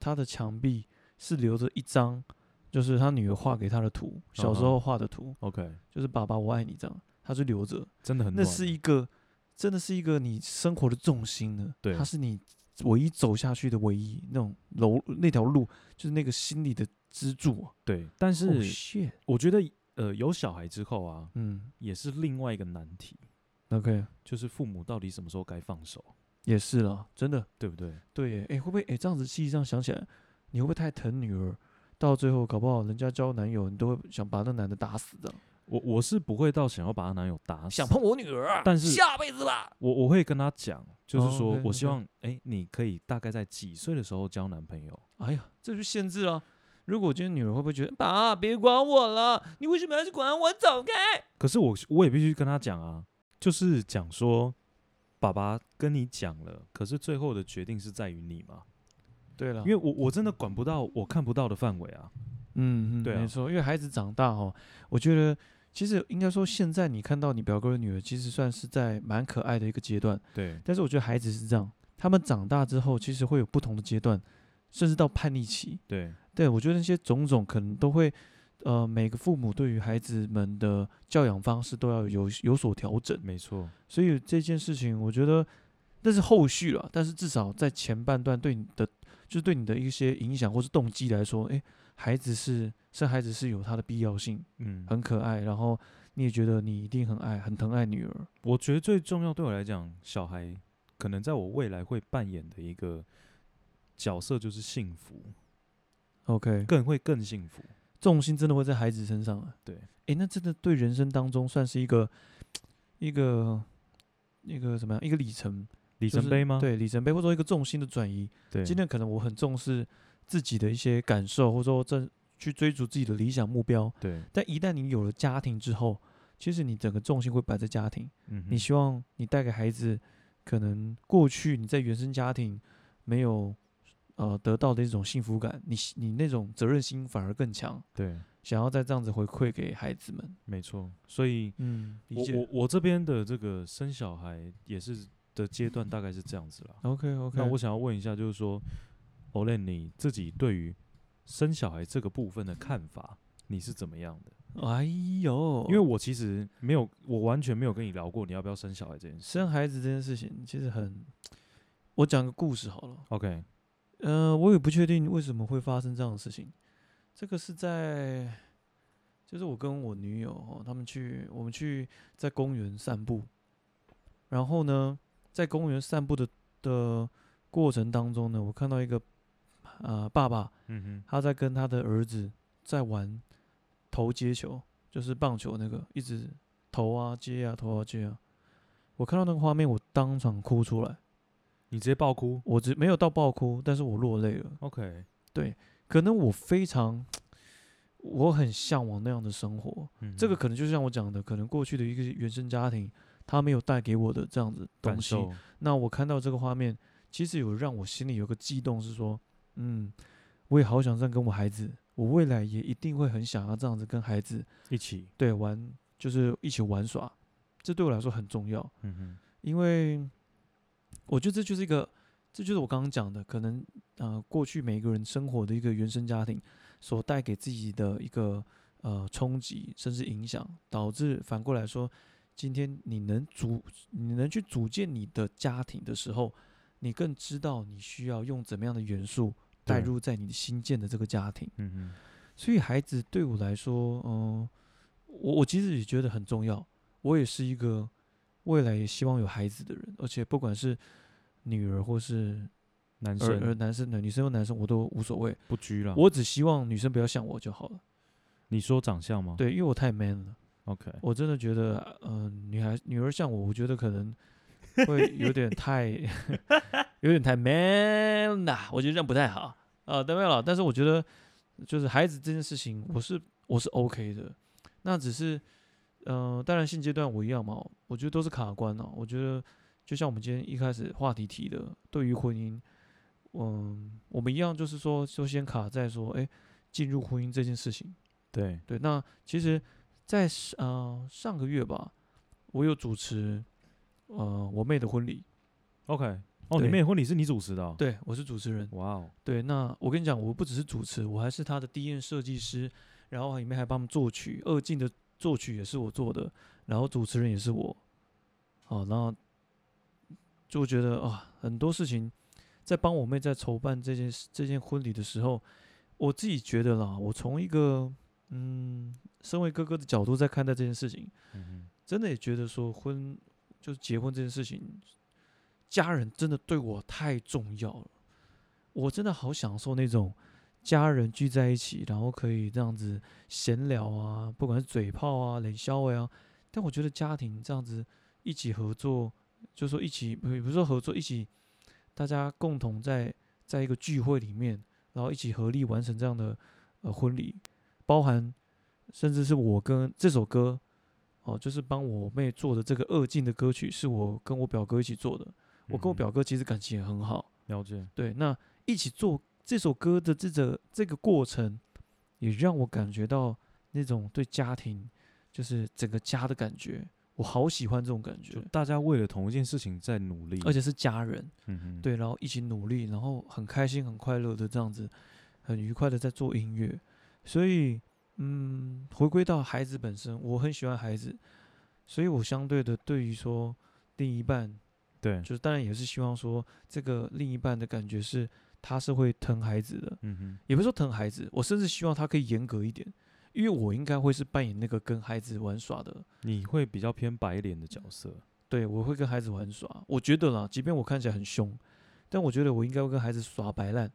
S1: 他的墙壁是留着一张，就是他女儿画给他的图，小时
S2: 嗯哼
S1: 候画的图，
S2: OK，
S1: 就是爸爸我爱你这样，他就留着。
S2: 真的很
S1: 那
S2: 暖
S1: 是一个，真的是一个你生活的重心呢。
S2: 对
S1: 它是你唯一走下去的唯一那种楼那条路，就是那个心里的支柱啊。
S2: 对，但是
S1: Oh shit，
S2: 我觉得呃，有小孩之后啊，
S1: 嗯
S2: 也是另外一个难题，
S1: ，OK，
S2: 就是父母到底什么时候该放手，
S1: 也是啦，真的，
S2: 对不对？
S1: 对耶，哎、会不会，哎、这样子细上想起来，你会不会太疼女儿？到最后，搞不好人家交男友，你都会想把那男的打死的，
S2: 我我是不会到想要把她男友打死，
S1: 想碰我女儿啊，
S2: 但是
S1: 下辈子吧。
S2: 我我会跟她讲，就是
S1: 哦
S2: 说、
S1: ，OK，OK
S2: 我希望哎、你可以大概在几岁的时候交男朋友？
S1: 哎呀，这就限制了。如果今天女儿会不会觉得爸别管我了，你为什么要去管我？走开！
S2: 可是我我也必须跟他讲啊，就是讲说，爸爸跟你讲了，可是最后的决定是在于你嘛，
S1: 对了，
S2: 因为我我真的管不到我看不到的范围啊。
S1: 嗯，嗯
S2: 对啊
S1: 没错，因为孩子长大哦，我觉得其实应该说，现在你看到你表哥的女儿，其实算是在蛮可爱的一个阶段。
S2: 对
S1: 但是我觉得孩子是这样，他们长大之后，其实会有不同的阶段，甚至到叛逆期。
S2: 对
S1: 对我觉得那些种种可能都会，呃，每个父母对于孩子们的教养方式都要有有所调整。
S2: 没错，
S1: 所以这件事情，我觉得那是后续了，但是至少在前半段对你的，就是对你的一些影响或是动机来说，诶，孩子是生孩子是有它的必要性，
S2: 嗯，
S1: 很可爱，然后你也觉得你一定很爱，很疼爱女儿，
S2: 我觉得最重要对我来讲，小孩可能在我未来会扮演的一个角色就是幸福，
S1: OK，
S2: 更会更幸福。
S1: 重心真的会在孩子身上啊。
S2: 对，
S1: 诶，那真的对人生当中算是一个一个一个什么样一个里程
S2: 里
S1: 里
S2: 程碑吗？
S1: 对，里程碑或者说一个重心的转移，
S2: 对
S1: 今天可能我很重视自己的一些感受，或者说正去追逐自己的理想目标。
S2: 对，
S1: 但一旦你有了家庭之后，其实你整个重心会摆在家庭。
S2: 嗯哼，
S1: 你希望你带给孩子，可能过去你在原生家庭没有呃得到的一种幸福感，你希你那种责任心反而更强，
S2: 对，
S1: 想要再这样子回馈给孩子们。
S2: 没错，所以。
S1: 嗯，理
S2: 我
S1: 解。
S2: 我我这边的这个生小孩也是的阶段大概是这样子啦。
S1: OK OK，
S2: 那我想要问一下，就是说，Olen 你自己对于生小孩这个部分的看法，你是怎么样的？
S1: 哎呦，
S2: 因为我其实没有，我完全没有跟你聊过你要不要生小孩这件事。
S1: 生孩子这件事情其实很，我讲个故事好了。
S2: OK，
S1: 呃，我也不确定为什么会发生这样的事情。这个是在，就是我跟我女友哦，他们去我们去在公园散步，然后呢，在公园散步的的过程当中呢，我看到一个呃爸爸
S2: 嗯
S1: 他在跟他的儿子在玩投接球，就是棒球那个一直投啊接啊投啊接啊。我看到那个画面，我当场哭出来，
S2: 哼，你直接爆哭。
S1: 我只没有到爆哭，但是我落泪了。
S2: OK，
S1: 可能我非常，我很向往那样的生活。
S2: 嗯哼
S1: 这个可能就像我讲的，可能过去的一个原生家庭，他没有带给我的这样子东
S2: 感
S1: 西。
S2: 受，
S1: 那我看到这个画面，其实有让我心里有个悸动，是说，嗯，我也好想这样跟我孩子，我未来也一定会很想要这样子跟孩子
S2: 一起，
S1: 对玩，就是一起玩耍，这对我来说很重要。
S2: 嗯哼，
S1: 因为我觉得这就是一个，这就是我刚刚讲的，可能呃，过去每一个人生活的一个原生家庭所带给自己的一个呃冲击，甚至影响，导致反过来说，今天你能组，你能去组建你的家庭的时候，你更知道你需要用怎么样的元素带
S2: 对
S1: 入在你的新建的这个家庭。
S2: 嗯
S1: 所以孩子对我来说，嗯、我我其实也觉得很重要。我也是一个未来也希望有孩子的人，而且不管是女儿或是
S2: 哼，男
S1: 儿儿
S2: 生嗯
S1: 男生的女生或男生，我都无所谓。
S2: 不拘了。
S1: 我只希望女生不要像我就好了。
S2: 你说长相吗？
S1: 对，因为我太 man 了，
S2: ，OK，
S1: 我真的觉得，嗯、女孩女儿像我，我觉得可能会有点太呃有点太 man 啦，我觉得这样不太好啊。当然了，但是我觉得就是孩子这件事情，我是我是 OK 的。那只是，呃，当然现阶段我一样嘛，我觉得都是卡关啊。我觉得就像我们今天一开始话题提的，对于婚姻，嗯，我们一样就是说，就先卡在说，哎、进入婚姻这件事情。
S2: 对，
S1: 对，那其实在，上呃上个月吧，我有主持呃我妹的婚礼，
S2: OK，哦，你
S1: 对
S2: 妹婚礼是你主持的、哦？，
S1: 对我是主持人。
S2: 哇哦，
S1: 对，那我跟你讲，我不只是主持，我还是他的第一任设计师，然后里面还帮他们作曲，二进的作曲也是我做的，然后主持人也是我。好，那就觉得啊，很多事情在帮我妹在筹办这件事这件婚礼的时候，我自己觉得啦，我从一个嗯，身为哥哥的角度在看待这件事情，
S2: 嗯哼
S1: 真的也觉得说婚就是结婚这件事情，家人真的对我太重要了。我真的好享受那种家人聚在一起，然后可以这样子闲聊啊，不管是嘴炮啊、冷笑话啊。但我觉得家庭这样子一起合作，就说一起，不也不是说合作，一起大家共同在在一个聚会里面，然后一起合力完成这样的呃婚礼，包含甚至是我跟这首歌哦，就是帮我妹做的这个二进的歌曲，是我跟我表哥一起做的。我跟我
S2: 嗯哼
S1: 表哥其实感情也很好，
S2: 了解，
S1: 对，那一起做这首歌的这个这个过程，也让我感觉到那种对家庭，就是整个家的感觉，我好喜欢这种感觉
S2: 就，大家为了同一件事情在努力，
S1: 而且是家人，
S2: 嗯哼，
S1: 对，然后一起努力，然后很开心、很快乐的这样子，很愉快的在做音乐。所以，嗯，回归到孩子本身，我很喜欢孩子，所以我相对的对于说另一半，
S2: 对，
S1: 就是当然也是希望说这个另一半的感觉是他是会疼孩子的，
S2: 嗯哼，
S1: 也不是说疼孩子，我甚至希望他可以严格一点，因为我应该会是扮演那个跟孩子玩耍的
S2: 你会比较偏白脸的角色，
S1: 对，我会跟孩子玩耍。我觉得啦，即便我看起来很凶，但我觉得我应该会跟孩子耍白烂。嗯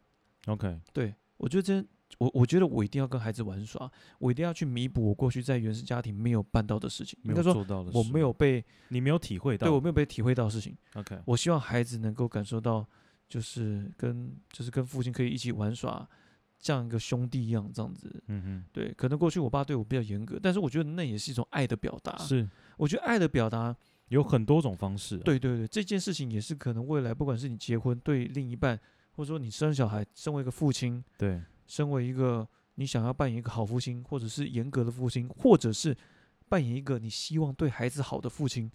S2: OK，
S1: 对我觉得这，我我觉得我一定要跟孩子玩耍，我一定要去弥补我过去在原生家庭没有办到的事情。
S2: 没
S1: 应
S2: 有
S1: 该说，
S2: 做到的事，
S1: 我没有被，
S2: 你没有体会到，
S1: 对我没有被体会到的事情。
S2: OK，
S1: 我希望孩子能够感受到，就是跟就是跟父亲可以一起玩耍，像一个兄弟一样这样子。
S2: 嗯
S1: 对，可能过去我爸对我比较严格，但是我觉得那也是一种爱的表达。
S2: 哼，，是
S1: 我觉得爱的表达
S2: 有很多种方式、啊，，
S1: 对对对，这件事情也是可能未来，不管是你结婚对另一半，或者说你生小孩，身为一个父亲，
S2: 对，
S1: 身为一个你想要扮演一个好父亲，或者是严格的父亲，或者是扮演一个你希望对孩子好的父亲，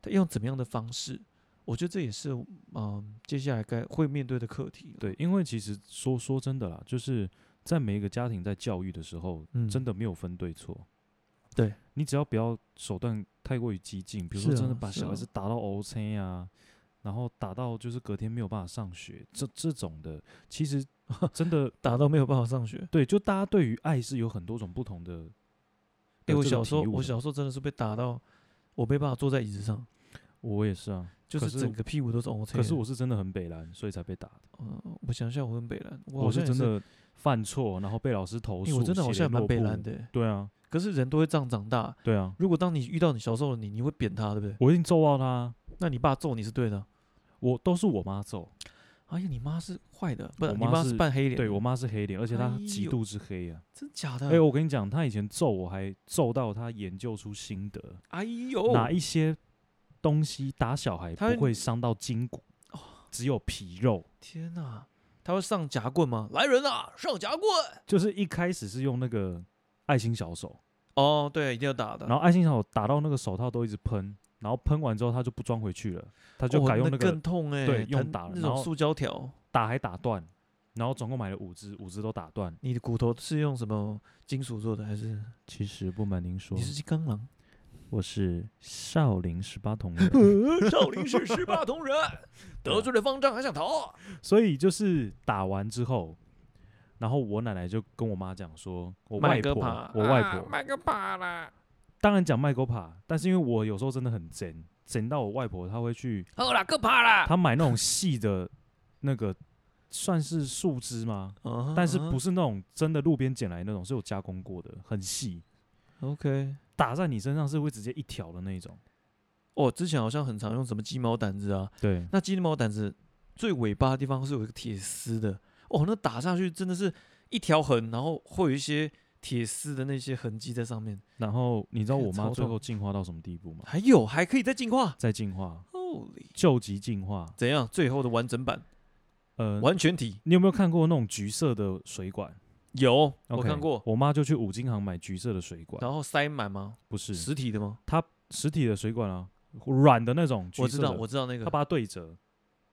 S1: 他用怎么样的方式？我觉得这也是嗯、接下来该会面对的课题了。
S2: 对，因为其实说说真的啦，就是在每一个家庭在教育的时候，
S1: 嗯
S2: 真的没有分对错。
S1: 对
S2: 你只要不要手段太过于激进，比如说
S1: 是
S2: 真的
S1: 啊
S2: 把
S1: 是
S2: 小孩
S1: 啊
S2: 子打到 O C 啊，然后打到就是隔天没有办法上学，这这种的，
S1: <laughs>
S2: 其实真的
S1: 打到没有办法上学。
S2: 对，就大家对于爱是有很多种不同的。
S1: 哎、
S2: 的
S1: 我
S2: 这个
S1: 小时候
S2: 体悟
S1: 我
S2: 的
S1: 小时候真的是被打到，我没办法坐在椅子上，
S2: 我也是啊，
S1: 就
S2: 可
S1: 是
S2: 是
S1: 整个屁股都是 O
S2: 可是我是真的很北蓝，所以才被打的。
S1: 嗯，我想一下，我跟北兰，我好
S2: 我
S1: 像
S2: 是
S1: 也
S2: 真的犯错，然后被老师投
S1: 因为
S2: 诉。
S1: 我真的好
S2: 血
S1: 像
S2: 流
S1: 蛮
S2: 落
S1: 北
S2: 布
S1: 蓝的、欸，
S2: 对啊，
S1: 可是人都会这样长大。
S2: 对啊，
S1: 如果当你遇到你小时候的你，你会扁他，对不对？
S2: 我一定揍到他啊，
S1: 那你爸揍你是对的。啊
S2: 我都是我妈揍。
S1: 哎呀，你妈是坏的，不是
S2: 我
S1: 你
S2: 妈
S1: 妈
S2: 是
S1: 是扮黑脸的。
S2: 对我妈是黑脸，而且她
S1: 哎
S2: 极
S1: 呦嗯
S2: 度之黑啊！
S1: 真假的？
S2: 哎、我跟你讲，她以前揍我还揍到她研究出心得，
S1: 哎呦，
S2: 哪一些东西打小孩
S1: 她哦
S2: 不会伤到筋骨，只有皮肉。
S1: 天哪、他会上夹棍吗？来人啊，上夹棍！
S2: 就是一开始是用那个爱心小手，
S1: 哦，对，一定要打的。
S2: 然后爱心小手打到那个手套都一直喷，然后喷完之后她就不装回去了，她就
S1: 哦
S2: 改用那个
S1: 更痛哎、
S2: 对用
S1: 疼
S2: 打
S1: 那
S2: 的然
S1: 种
S2: 后
S1: 塑胶条。
S2: 打还打断，然后总共买了五只，五只都打断。
S1: 你的骨头是用什么金属做的？还是
S2: 其实不瞒您说
S1: 你，是金刚狼？
S2: 我是少林十八铜人。
S1: 呃少林寺十八铜人，
S2: <laughs> 对啊
S1: 得罪了方丈还想逃？
S2: <laughs> 所以就是打完之后，然后我奶奶就跟我妈讲说，我外
S1: 麦哥
S2: 婆，
S1: 怕，
S2: 我外
S1: 啊
S2: 婆，
S1: 麦哥怕啦。
S2: 当然讲麦哥帕，但是因为我有时候真的很贼，贼到我外婆她会去，
S1: 好啦，可怕啦。
S2: 她买那种细的，那个算是树枝吗？
S1: 啊
S2: 但是
S1: 啊
S2: 不是那种真的路边捡来那种，是有加工过的，很细，
S1: OK？
S2: 打在你身上是会直接一条的那种。
S1: 哦，之前好像很常用什么鸡毛掸子啊，
S2: 对，
S1: 那鸡毛掸子最尾巴的地方是有一个铁丝的，哦，那打下去真的是一条痕，然后会有一些铁丝的那些痕迹在上面，
S2: 然后你知道
S1: 看
S2: 我妈
S1: 哎超
S2: 最
S1: 痛
S2: 后进化到什么地步吗？
S1: 还有还可以再进化。
S2: 在进化，
S1: Holy，
S2: 救急进化。
S1: 怎样？最后的完整版、
S2: 呃，
S1: 完全体
S2: 你有没有看过那种橘色的水管？
S1: 有我
S2: OK，
S1: 看过，
S2: 我妈就去五金行买橘色的水管，
S1: 然后塞满吗？
S2: 不是
S1: 实体的吗？
S2: 实体的水管啊，软的那种橘
S1: 我
S2: 色
S1: 知
S2: 的，
S1: 道，我知道那个
S2: 她把它对折，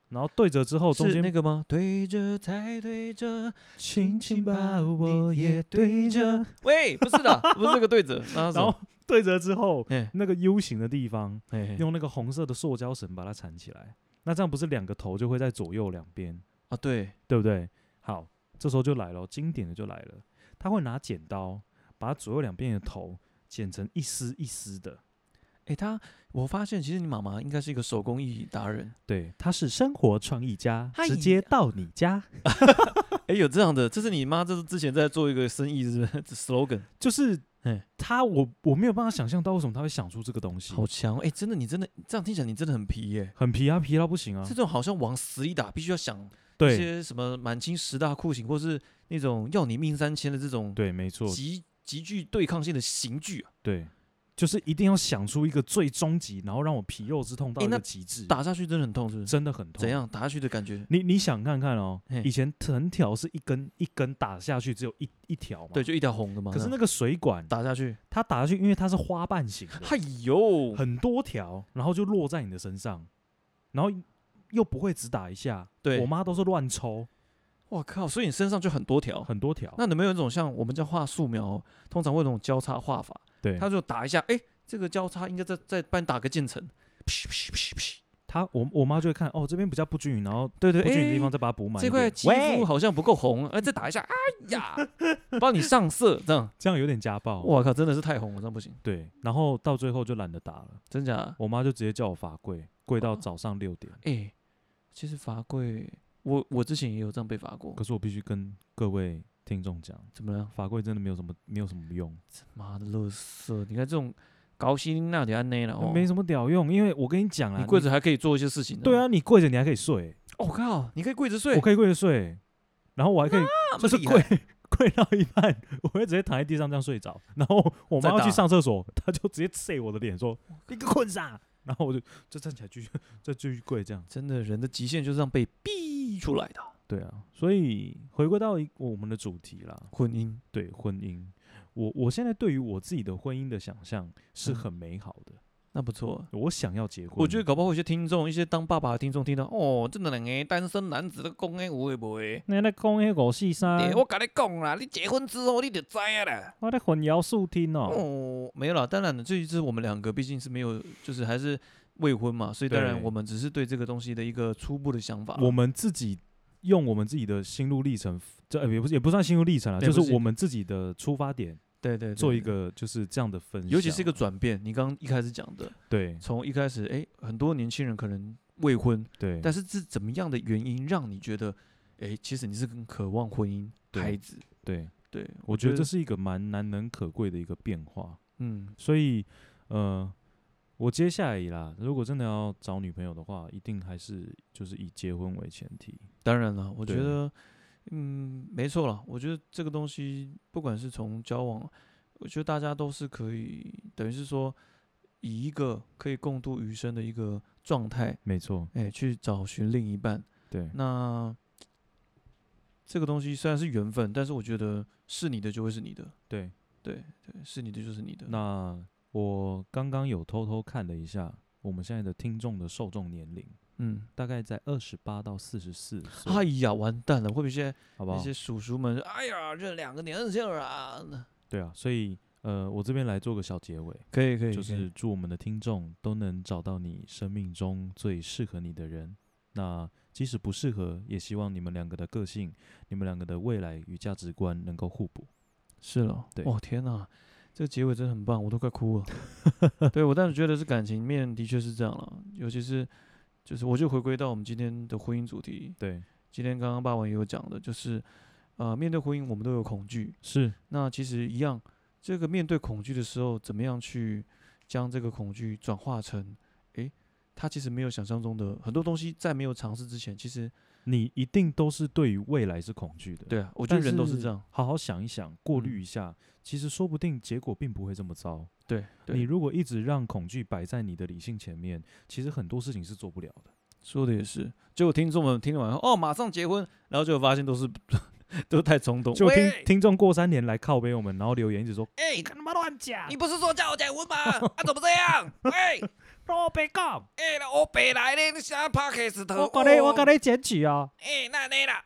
S2: 然后对折之后中
S1: 是
S2: 间
S1: 那个吗？对着才对着，
S2: 轻轻把
S1: 把
S2: 我
S1: 我
S2: 也
S1: 也
S2: 对
S1: 对
S2: 折
S1: 着，喂，不是
S2: <laughs>
S1: 的，不是这个对折，然
S2: 然后对折之后，
S1: 哎
S2: 那个 U 型的地方
S1: 哎
S2: 用那个红色的塑胶绳把它缠起来，那这样不是两个头就会在左右两边，
S1: 啊对，
S2: 对不对？好，这时候就来了，经典的就来了，他会拿剪刀把左右两边的头剪成一丝一丝的。
S1: 哎他，我发现其实你妈妈应该是一个手工艺达人，
S2: 对，他是生活创意家，
S1: 嗨
S2: 直接到你家，
S1: 哎有这样的，这是你妈这是之前在做一个生意是不 <laughs> 是这 slogan，
S2: 就是
S1: 哎
S2: 他，我我没有办法想象到为什么他会想出这个东西，
S1: 好强哎，真的你真的这样听起来你真的很皮耶，
S2: 很皮啊，皮到不行啊
S1: 这，种好像往死里打，必须要想一
S2: 对
S1: 些什么满清十大酷刑，或是那种要你命三千的这种
S2: 对，没错，
S1: 极极具对抗性的刑具啊，
S2: 对，就是一定要想出一个最终极，然后让我皮肉之痛到
S1: 诶
S2: 一个
S1: 那
S2: 极致，
S1: 打下去真的很痛，是不是？
S2: 真的很痛。
S1: 怎？样打下去的感觉？
S2: 你你想看看哦
S1: 嘿，
S2: 以前藤条是一根一根打下去只有一一条嘛，
S1: 对，。就一嗯条红的嘛。
S2: 可是
S1: 这样
S2: 那个水管，
S1: 打下去，
S2: 它打下去，因为它是花瓣型的，
S1: 哎呦，
S2: 很多条，然后就落在你的身上，然后又不会只打一下。
S1: 对
S2: 我妈都是乱抽，
S1: 我靠！所以你身上就很多条。
S2: 很多条。
S1: 那你们有一种像我们叫画素描，通常会有那种交叉画法，
S2: 对
S1: 他
S2: 他
S1: 就打一下，哎，这个交叉应该再再帮你打个渐层，
S2: 他我我妈就会看哦，这边比较不均匀，然后
S1: 对
S2: 不
S1: 对，
S2: 均匀的地方
S1: 哎，
S2: 再把它补满一
S1: 这
S2: 点。
S1: 块肌
S2: 喂
S1: 肤好像不够红，哎，再打一下，哎
S2: <laughs>
S1: 呀，帮你上色，这样，
S2: 这样有点家暴。
S1: 我靠，真的是太红了，这样不行，
S2: 对，然后到最后就懒得打了，
S1: 真假的？
S2: 我妈就直接叫我罚跪，跪到
S1: 哦
S2: 早上六点。
S1: 哎，其实罚跪，我我之前也有这样被罚过
S2: 可，是我必须跟各位听众讲，
S1: 怎么样？
S2: 罚跪真的没有什么没有什么用，
S1: 妈的，乐色！你看这种高薪那得按内了哦，
S2: 没什么屌用，因为我跟你讲啊，
S1: 你跪着还可以做一些事情。
S2: 对，啊，你跪着你还可以睡，
S1: 我、靠，你可以跪着睡，
S2: 我可以跪着睡，然后我还可以 <laughs>
S1: 那么
S2: 就是
S1: 厉
S2: 跪
S1: 害
S2: 跪到一半， <laughs> 我会直接躺在地上这样睡着，然后我
S1: 再
S2: 妈要去
S1: 打
S2: 上厕所，她就直接塞我的脸说你个困啥，然后我就就站起来继续再继续跪这样。
S1: 真的，人的极限就是这样被逼出来的。
S2: 对啊，所以回归到一我们的主题啦，
S1: 婚姻
S2: 对婚姻，我我现在对于我自己的婚姻的想象是
S1: 嗯
S2: 很美好的，
S1: 那不错，
S2: 我想要结婚。
S1: 我觉得搞不好有些听众，一些当爸爸的听众听到，哦，这两个单身男子的讲诶有诶无诶。
S2: 那那讲迄五四三，
S1: 欸我跟你讲啦，你结婚之后你就知啊啦。
S2: 我在哦混淆视听哦。
S1: 哦，没有啦，当然了，这一次我们两个毕竟是没有，就是还是未婚嘛，所以当然
S2: 对
S1: 我们只是对这个东西的一个初步的想法。
S2: 我们自己用我们自己的心路历程，这、呃也不是也不算心路历程啊，
S1: 对
S2: 就
S1: 不
S2: 是
S1: 是
S2: 我们自己的出发点，
S1: 对对对
S2: 做一
S1: 对
S2: 个就是这样的分享。啊
S1: 尤其是一个转变，你刚刚一开始讲的，
S2: 对
S1: 从一开始，哎，很多年轻人可能未婚，
S2: 对，
S1: 但是是怎么样的原因让你觉得，哎，其实你是更渴望婚姻、
S2: 对
S1: 孩子？
S2: 对，
S1: 对，
S2: 我觉得这
S1: 是，
S2: 是一个蛮难能可贵的一个变化。
S1: 嗯，
S2: 所以，呃，我接下来啦，如果真的要找女朋友的话，一定还是就是以结婚为前提。
S1: 当然了，我觉
S2: 对
S1: 得，嗯，没错了，我觉得这个东西，不管是从交往，我觉得大家都是可以，等于是说，以一个可以共度余生的一个状态，
S2: 没错，
S1: 哎，去找寻另一半。
S2: 对
S1: 那这个东西虽然是缘分，但是我觉得是你的就会是你的，
S2: 对。
S1: 对对，是你的就是你的。
S2: 那我刚刚有偷偷看了一下我们现在的听众的受众年龄，
S1: 嗯，
S2: 大概在二十八到四十四
S1: 哎
S2: 岁，
S1: 呀，完蛋了，会不会现在
S2: 好不
S1: 那
S2: 好
S1: 些？叔叔们，哎呀，这两个年轻人啊，那
S2: 对啊，所以呃，我这边来做个小结尾，
S1: 可以可以，
S2: 就
S1: 可以
S2: 是祝我们的听众都能找到你生命中最适合你的人。那即使不适合，也希望你们两个的个性、你们两个的未来与价值观能够互补。
S1: 是了，
S2: 对
S1: 哇，天哪，这个结尾真的很棒，我都快哭了。 <laughs> 对我，但是觉得是感情面的确是这样了，尤其是就是我就回归到我们今天的婚姻主题，
S2: 对，
S1: 今天刚刚霸王也有讲的，就是呃，面对婚姻我们都有恐惧，
S2: 是
S1: 那其实一样，这个面对恐惧的时候，怎么样去将这个恐惧转化成，诶，他其实没有想象中的很多东西，在没有尝试之前，其实
S2: 你一定都是对于未来是恐惧的。，
S1: 对啊，我觉得人都是
S2: 是
S1: 这样。
S2: 好好想一想，过滤
S1: 嗯
S2: 一下，其实说不定结果并不会这么糟。
S1: 对，对
S2: 你如果一直让恐惧摆在你的理性前面，其实很多事情是做不了的。
S1: 说的也是。结果听众们听完后，哦，马上结婚，然后就发现都是 <laughs> 都太冲动。
S2: 就听
S1: 喂
S2: 听众过三年来靠背我们，然后留言一直说
S3: 哎、你他妈乱
S2: 啊
S3: 讲！你不是说叫我讲文
S2: <laughs>
S3: 吗？啊，怎么这样？哎、
S2: 我别讲，
S3: 哎、那我北来呢？你想要 p a r k 石
S1: 呃
S3: 头？
S2: 我刚
S1: 哦
S2: 才我刚才检举啊，
S3: 哎、那那啦，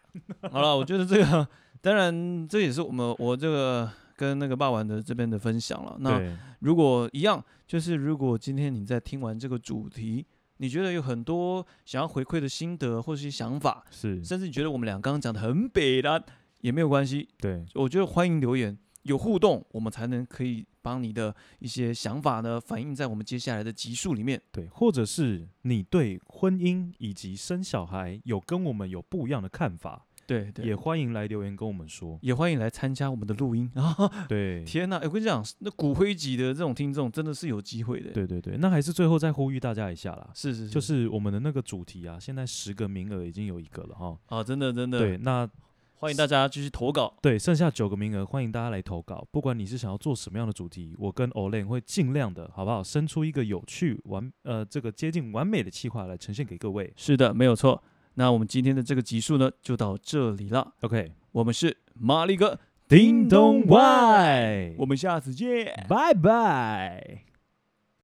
S1: 好了，我觉得这个当然这也是我们我这个跟那个霸王的这边的分享了。那
S2: 对
S1: 如果一样，就是如果今天你在听完这个主题，你觉得有很多想要回馈的心得或是想法，
S2: 是，
S1: 甚至你觉得我们俩刚刚讲的很北啦，也没有关系，
S2: 对
S1: 我觉得欢迎留言，有互动，我们才能可以帮你的一些想法呢反映在我们接下来的集数里面。
S2: 对，或者是你对婚姻以及生小孩有跟我们有不一样的看法，
S1: 对对，
S2: 也
S1: 也
S2: 欢迎来留言跟我们
S1: <coughs>
S2: 说。
S1: 也欢迎来参加我们的录 <laughs> 音啊！
S2: 对，
S1: 天哪，诶我跟你讲，那骨灰级的这种听众真的是有机会的。，
S2: 对对对，那还是最后再呼吁大家一下啦，
S1: 是是是，
S2: 就是我们的那个主题啊，现在十个名额已经有一个了哈。
S1: 啊，真的真的，
S2: 对，那
S1: 欢迎大家继续投稿。
S2: 对，剩下九个名额，欢迎大家来投稿。不管你是想要做什么样的主题，我跟 Olen 会尽量的，好不好？生出一个有趣完呃，这个接近完美的企划来呈现给各位。
S1: 是的，没有错。那我们今天的这个集数呢，就到这里了。
S2: OK，
S1: 我们是马力哥，
S2: 叮咚外，
S1: 我们下次见。
S2: 拜拜。